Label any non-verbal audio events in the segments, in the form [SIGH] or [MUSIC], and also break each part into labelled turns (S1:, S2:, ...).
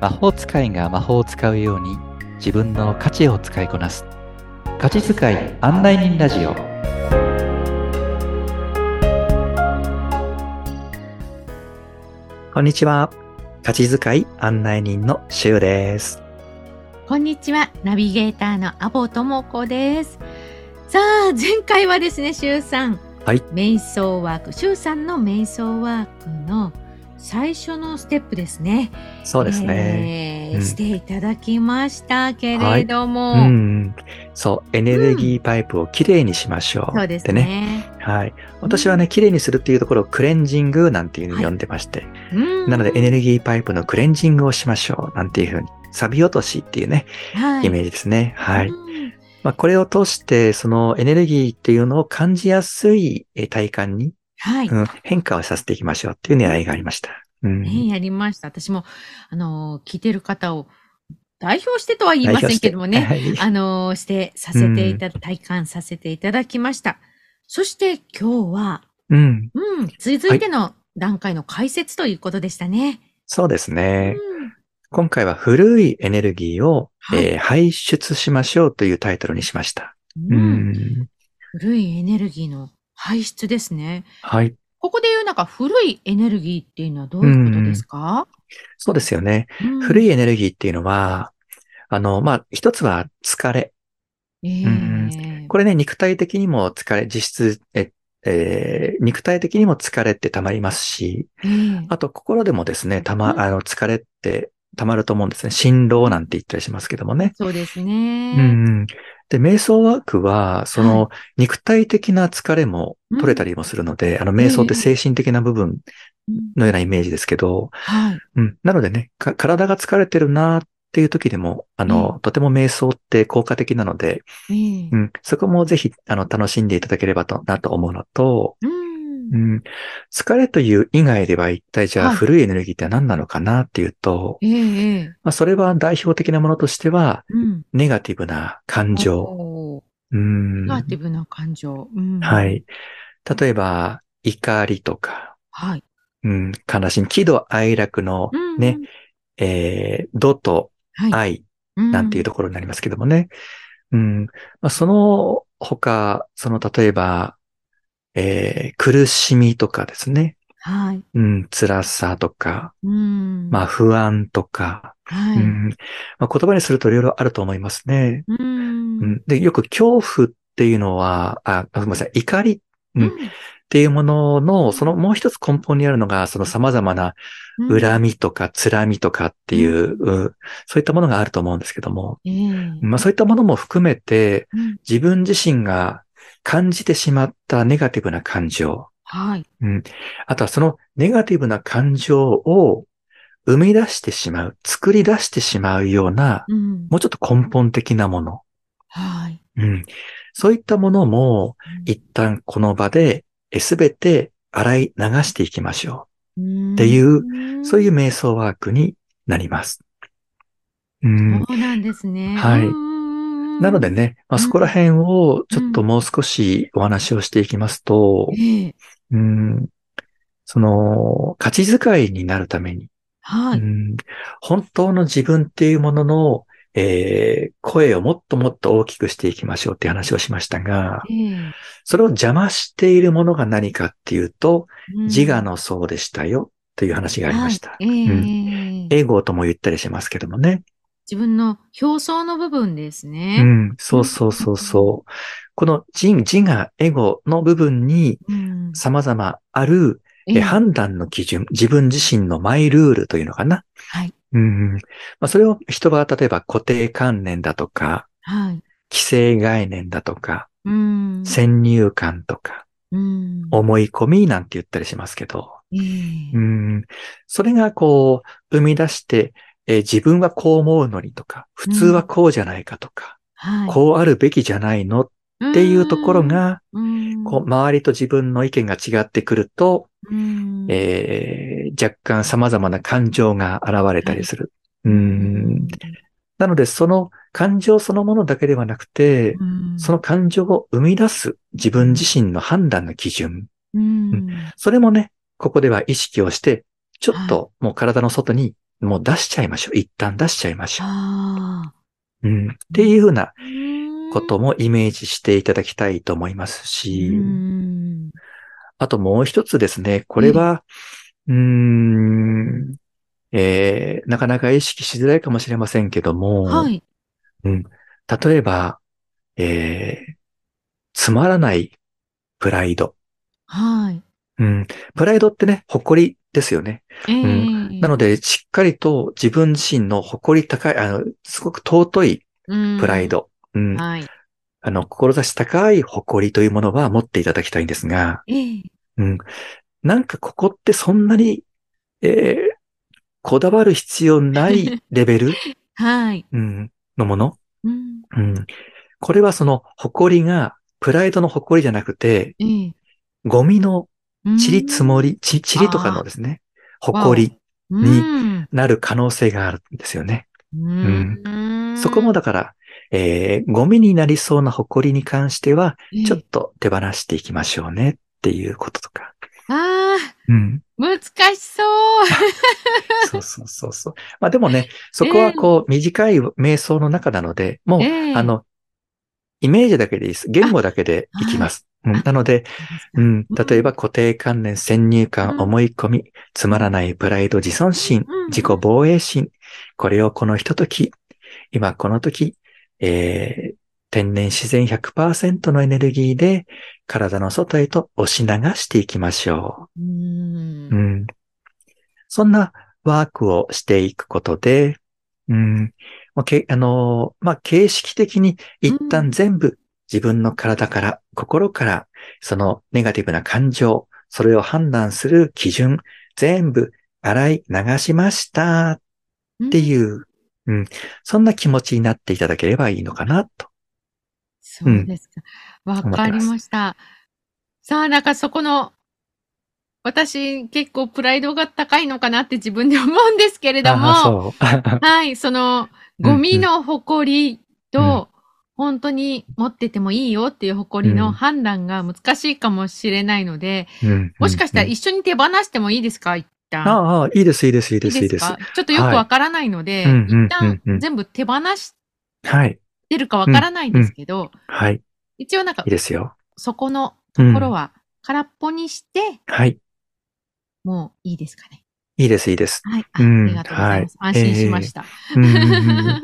S1: 魔法使いが魔法を使うように自分の価値を使いこなす価値使い案内人ラジオこんにちは価値使い案内人のしゅうです
S2: こんにちは、ナビゲーターのアボともこです。さあ、前回はですね、しゅうさん。
S1: はい
S2: 瞑想ワーク、しゅうさんの瞑想ワークの最初のステップですね。
S1: そうですね、
S2: えー
S1: うん
S2: していただきましたけれども、
S1: うんそうエネルギーパイプをきれいにしましょう、
S2: そうです
S1: で
S2: ね。
S1: はい私はねきれいにするっていうところをクレンジングなんていうふうに呼んでまして、
S2: うん
S1: なのでエネルギーパイプのクレンジングをしましょうなんていうふうにサビ落としっていうね
S2: はい
S1: イメージですね。はい。
S2: うん
S1: まあ、これを通して、そのエネルギーっていうのを感じやすいえー体感に、
S2: はい。
S1: うん、変化をさせていきましょうっていう狙いがありました。うん。
S2: ね、やりました。私も、あのー聞いてる方を代表してとは言いませんけどもね、
S1: 代表してはい
S2: あのーして、させていた、体感させていただきました。そして今日は、
S1: うん。
S2: うん、続いての段階の解説ということでしたね。
S1: そうですね。
S2: うん
S1: 今回は古いエネルギーを、
S2: はい
S1: えー排出しましょうというタイトルにしました。う
S2: うん
S1: ん。
S2: 古いエネルギーの排出ですね。
S1: はい。
S2: ここで言うなんか古いエネルギーっていうのはどういうことですか、
S1: そうですよね。
S2: うん
S1: 古
S2: い、
S1: いエネルギーっていうのは、あの、まあ、一つは疲れ。
S2: えー
S1: これね、肉体的にも疲れ、実質、え、えー肉体的にも疲れって溜まりますし、
S2: えー
S1: あと心でもですね、た
S2: う
S1: ま、
S2: ん
S1: あの、疲れって溜まると思うんですね。心労なんて言ったりしますけどもね。
S2: そうです
S1: うんう
S2: ね。
S1: ん。で、瞑想ワークは、その、肉体的な疲れも取れたりもするので、あの、瞑想って精神的な部分
S2: うん
S1: のようなイメージですけど、
S2: はい。
S1: うん。なのでね、か体が疲れてるなっていう時でも、あの、とても瞑想って効果的なので、
S2: えー
S1: うん、そこもぜひ、あの、楽しんでいただければと、なと思うのと、
S2: うん
S1: うん、疲れという以外では一体じゃあ
S2: はい
S1: 古いエネルギーって何なのかなっていうと、
S2: えーえー
S1: まあ、それは代表的なものとしては、
S2: うん
S1: ネガティブな感情。
S2: おー
S1: うん、
S2: ネガテ
S1: は
S2: ィブな感情。うん
S1: い。例えば、怒りとか、
S2: はい。
S1: うん、悲しみ、喜怒哀楽の
S2: うん
S1: ね、、えー、怒と
S2: はい。
S1: 愛なんていうところになりますけどもね。うん。まあ、その他、その例えば、えー苦しみとかですね。
S2: うん。はい。
S1: うん、辛さとか、
S2: うん。
S1: まあ不安とか、
S2: はい。
S1: うんまあ、言葉にするといろいろあると思いますね、
S2: う。
S1: うんん。で、よく恐怖っていうのは、あ、あごめんなさい、怒りっ
S2: う
S1: うん
S2: ん。
S1: ていうものの、そのもう一つ根本にあるのが、その様々な
S2: うん
S1: 恨みとか辛みとかっていう、うんそういったものがあると思うんですけども、
S2: ええ
S1: まあそういったものも含めて、
S2: うん
S1: 自分自身が感じてしまったネガティブな感情、
S2: はい。
S1: あとはそのネガティブな感情を生み出してしまう、作り出してしまうような、
S2: うん
S1: もうちょっと根本的なもの。
S2: はい。
S1: うん。そういったものも、一旦この場で、すべて洗い流していきましょってい
S2: うん
S1: う。そういう瞑想ワークになります。うん。
S2: そうなんですね。
S1: はい
S2: うん
S1: なので。ね、まあ、そこら辺をちょっともう少しお話をしていきますと、
S2: ええ
S1: うん、その、価値遣いになるために、
S2: は
S1: う
S2: い。
S1: ん本当の自分っていうものの、えー声をもっともっと大きくしていきましょうっていう話をしましたが、
S2: ええ
S1: それを邪魔しているものが何かっていうと、
S2: うん
S1: 自我の層でしたよという話がありました。
S2: はいええ
S1: エゴとも言ったりしますけどもね。
S2: 自分の表層の部分です
S1: う
S2: ね。
S1: ん、そうそうそうそう。この自自我、エゴの部分に
S2: うん
S1: 様々ある、
S2: え
S1: え
S2: え
S1: 判断の基準、自分自身のマイルールというのかな。
S2: はい。
S1: うんうん。まあ、それを人は例えば固定観念だとか、
S2: はい。
S1: 規制概念だとか、
S2: うん。
S1: 先入観とか、
S2: うん。
S1: 思い込みなんて言ったりしますけど、
S2: ええ
S1: うん。それがこう、生み出して、えー自分はこう思うのにとか、普通はこうじゃないかとか、
S2: はい。
S1: こうあるべきじゃないのっていうところが、
S2: うん、
S1: こう、周りと自分の意見が違ってくると、
S2: うん、
S1: えー若干様々な感情が現れたりする。う
S2: うん
S1: ん。なので、その感情そのものだけではなくて、
S2: うん
S1: その感情を生み出す自分自身の判断の基準。
S2: うん
S1: それもね、ここでは意識をして、ちょっともう体の外にもう出しちゃいましょう。一旦出しちゃいましょ
S2: ああ。
S1: う。うん。っていうふうなこ
S2: う
S1: ともイメージしていただきたいと思いますし、
S2: ーん。
S1: あともう一つですね、これは、うーん、えー、なかなか意識しづらいかもしれませんけども、
S2: はい。
S1: 例えば、えー、つまらないプライド。
S2: はい。
S1: うん、プライドってね、誇りですよね。
S2: ええ
S1: なので、しっかりと自分自身の誇り高い、あの、すごく尊い
S2: うん
S1: プライ。ド、うん、
S2: はい。
S1: あの、志高い誇りというものは持っていただきたいんですが、
S2: ええ
S1: うん。なんかここってそんなに、えーこだわる必要
S2: [LAUGHS]
S1: ないレベル、
S2: はい。
S1: うん、のもの、
S2: うん。
S1: うん、これはその誇りが、プライドの誇りじゃなくて、
S2: ええ
S1: ゴミの
S2: うん
S1: 塵積もり、ち塵とかのですね、誇りに
S2: うん
S1: なる可能性があるんですよね。
S2: うん
S1: そこもだから、えーゴミになりそうな誇りに関しては、ちょっ
S2: ええ
S1: と手放していきましょうねっていうこととか。
S2: ああ、
S1: うん。
S2: 難しそう。
S1: そうそうそうそう。まあでも
S2: [LAUGHS]
S1: ね、そこはこう、短い瞑想の中なので、もう、
S2: ええ
S1: あ、の、イメージだけでいいです。言語だけでいきます。うんなので、うん、
S2: うん
S1: 例えば固定観念、先入
S2: う
S1: 観、
S2: ん
S1: 思い込み、つまらないプライド、自尊心
S2: うんうん、
S1: 自己防衛心、これをこのひととき、今この時、えー天然自然100%のエネルギーで体の外へと押し流していきましょう。
S2: うん
S1: う。ん。そんなワークをしていくことで、うん。もうけあのーまあ、形式的に一旦全部自分の体から、心から、そのネガティブな感情、それを判断する基準、全部洗い流しましたっていう、うん。そんな気持ちになっていただければいいのかなと。
S2: そうですか。わ、かりました。さあ、なんかそこの、私結構プライドが高いのかなって自分で思うんですけれど
S1: ああ、
S2: も、
S1: そう。
S2: はい、そ
S1: う
S2: の、
S1: ん
S2: ゴミの誇
S1: う
S2: り
S1: ん
S2: と、本当に持っててもいいよっていう誇り
S1: うん
S2: の判断が難しいかもしれないので、
S1: うん [LAUGHS]
S2: もしかしたら
S1: うん
S2: 一緒に手放してもいいですか一旦。
S1: ああ、いいです、いいです、いい
S2: い
S1: で
S2: い
S1: す、いい
S2: で
S1: ですす。
S2: かちょっとよくわからないので、
S1: はいうんうん
S2: 一旦
S1: うんうん
S2: 全部手放し
S1: はい。
S2: てるかわからないんですけど、
S1: はい。
S2: 一応なんか
S1: いいですよ。
S2: そこのところは空っぽにして、
S1: はい。
S2: もういいですかね。
S1: いいです、いいです。
S2: はい。あ,、
S1: うん
S2: ありがとうございます。安心しました。
S1: うんうんうんう
S2: [LAUGHS]
S1: ん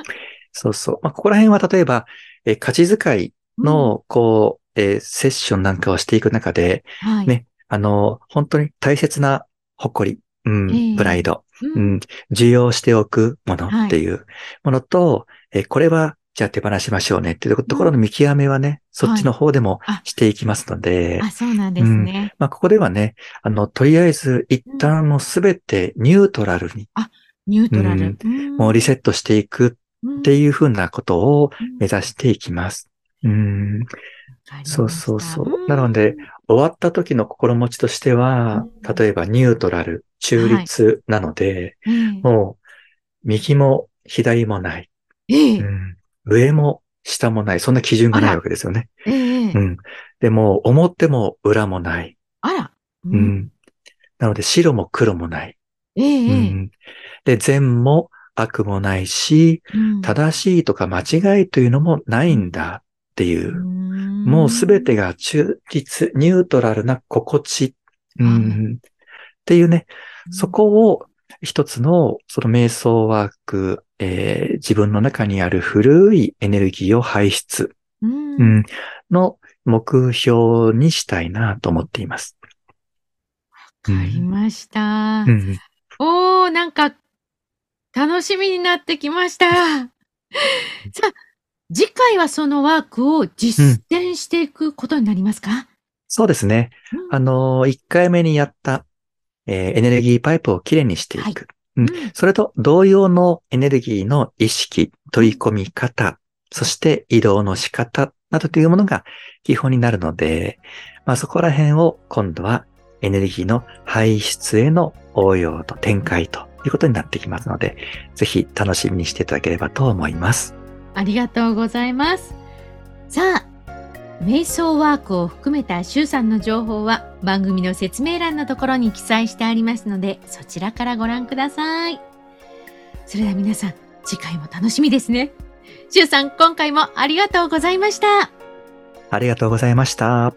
S1: そうそう。まあ、ここら辺は例えば、えー価値遣いの、こう、えーセッションなんかをしていく中で、
S2: うん、はい。
S1: ねあの、本当に大切な誇り、うん
S2: ええ
S1: プライド、
S2: う、
S1: うんん、重要しておくものっていうものと、えーこれは、じゃあ手放しましょうねっていうところの見極めはね、そっちの方でも
S2: あ
S1: していきますので、
S2: あ、そうなんですね。
S1: まあ、ここではね、あの、とりあえず一旦もうすべてニュートラルに、
S2: ニュートラル。うん
S1: もうリセットしていく
S2: っ
S1: っていうふうなことを目
S2: し
S1: 指していきます。うん、そうそうそうなので、終わった時の心持ちとしては、
S2: うん
S1: 例えばニュートラル、中立なので、
S2: ええ
S1: もう右も左もない、
S2: ええ
S1: うん上も下もない、そんな基準がないわけですよね。
S2: ええ
S1: うん、でも、表も裏もない、
S2: あら。
S1: う。
S2: うん
S1: なので、白も黒もない。
S2: ええ
S1: う
S2: ええ
S1: ん、で、善も悪もないし、
S2: うん
S1: 正しいとか間違いというのもないんだっていう。もうすべてが中立、ニュートラルな心地。うんっていうね、そ、こを一つのその瞑想ワーク、えー自分の中にある古いエネルギーを排出、
S2: うん
S1: う
S2: うん
S1: んの目標にしたいなと思っています。
S2: わかりました。
S1: うん
S2: おー、なんか、楽しみになってきました。さあ、次回はそのワークを実践していくことになりますか、
S1: そうですね。
S2: うん
S1: あのー、1回目にやった、えーエネルギーパイプをきれいにしていく。
S2: はい
S1: うん
S2: うん
S1: それと同様のエネルギーの意識、取り込み方、そして移動の仕方などというものが基本になるので、まあ、そこら辺を今度はエネルギーの排出への応用と展開ということになってきますので、ぜひ楽しみにしていただければと思います。
S2: ありがとうございます。さあ、瞑想ワークを含めた周さんの情報は番組の説明欄のところに記載してありますので、そちらからご覧ください。それでは皆さん、次回も楽しみですね。しゅうさん、今回もありがとうございました。
S1: ありがとうございました。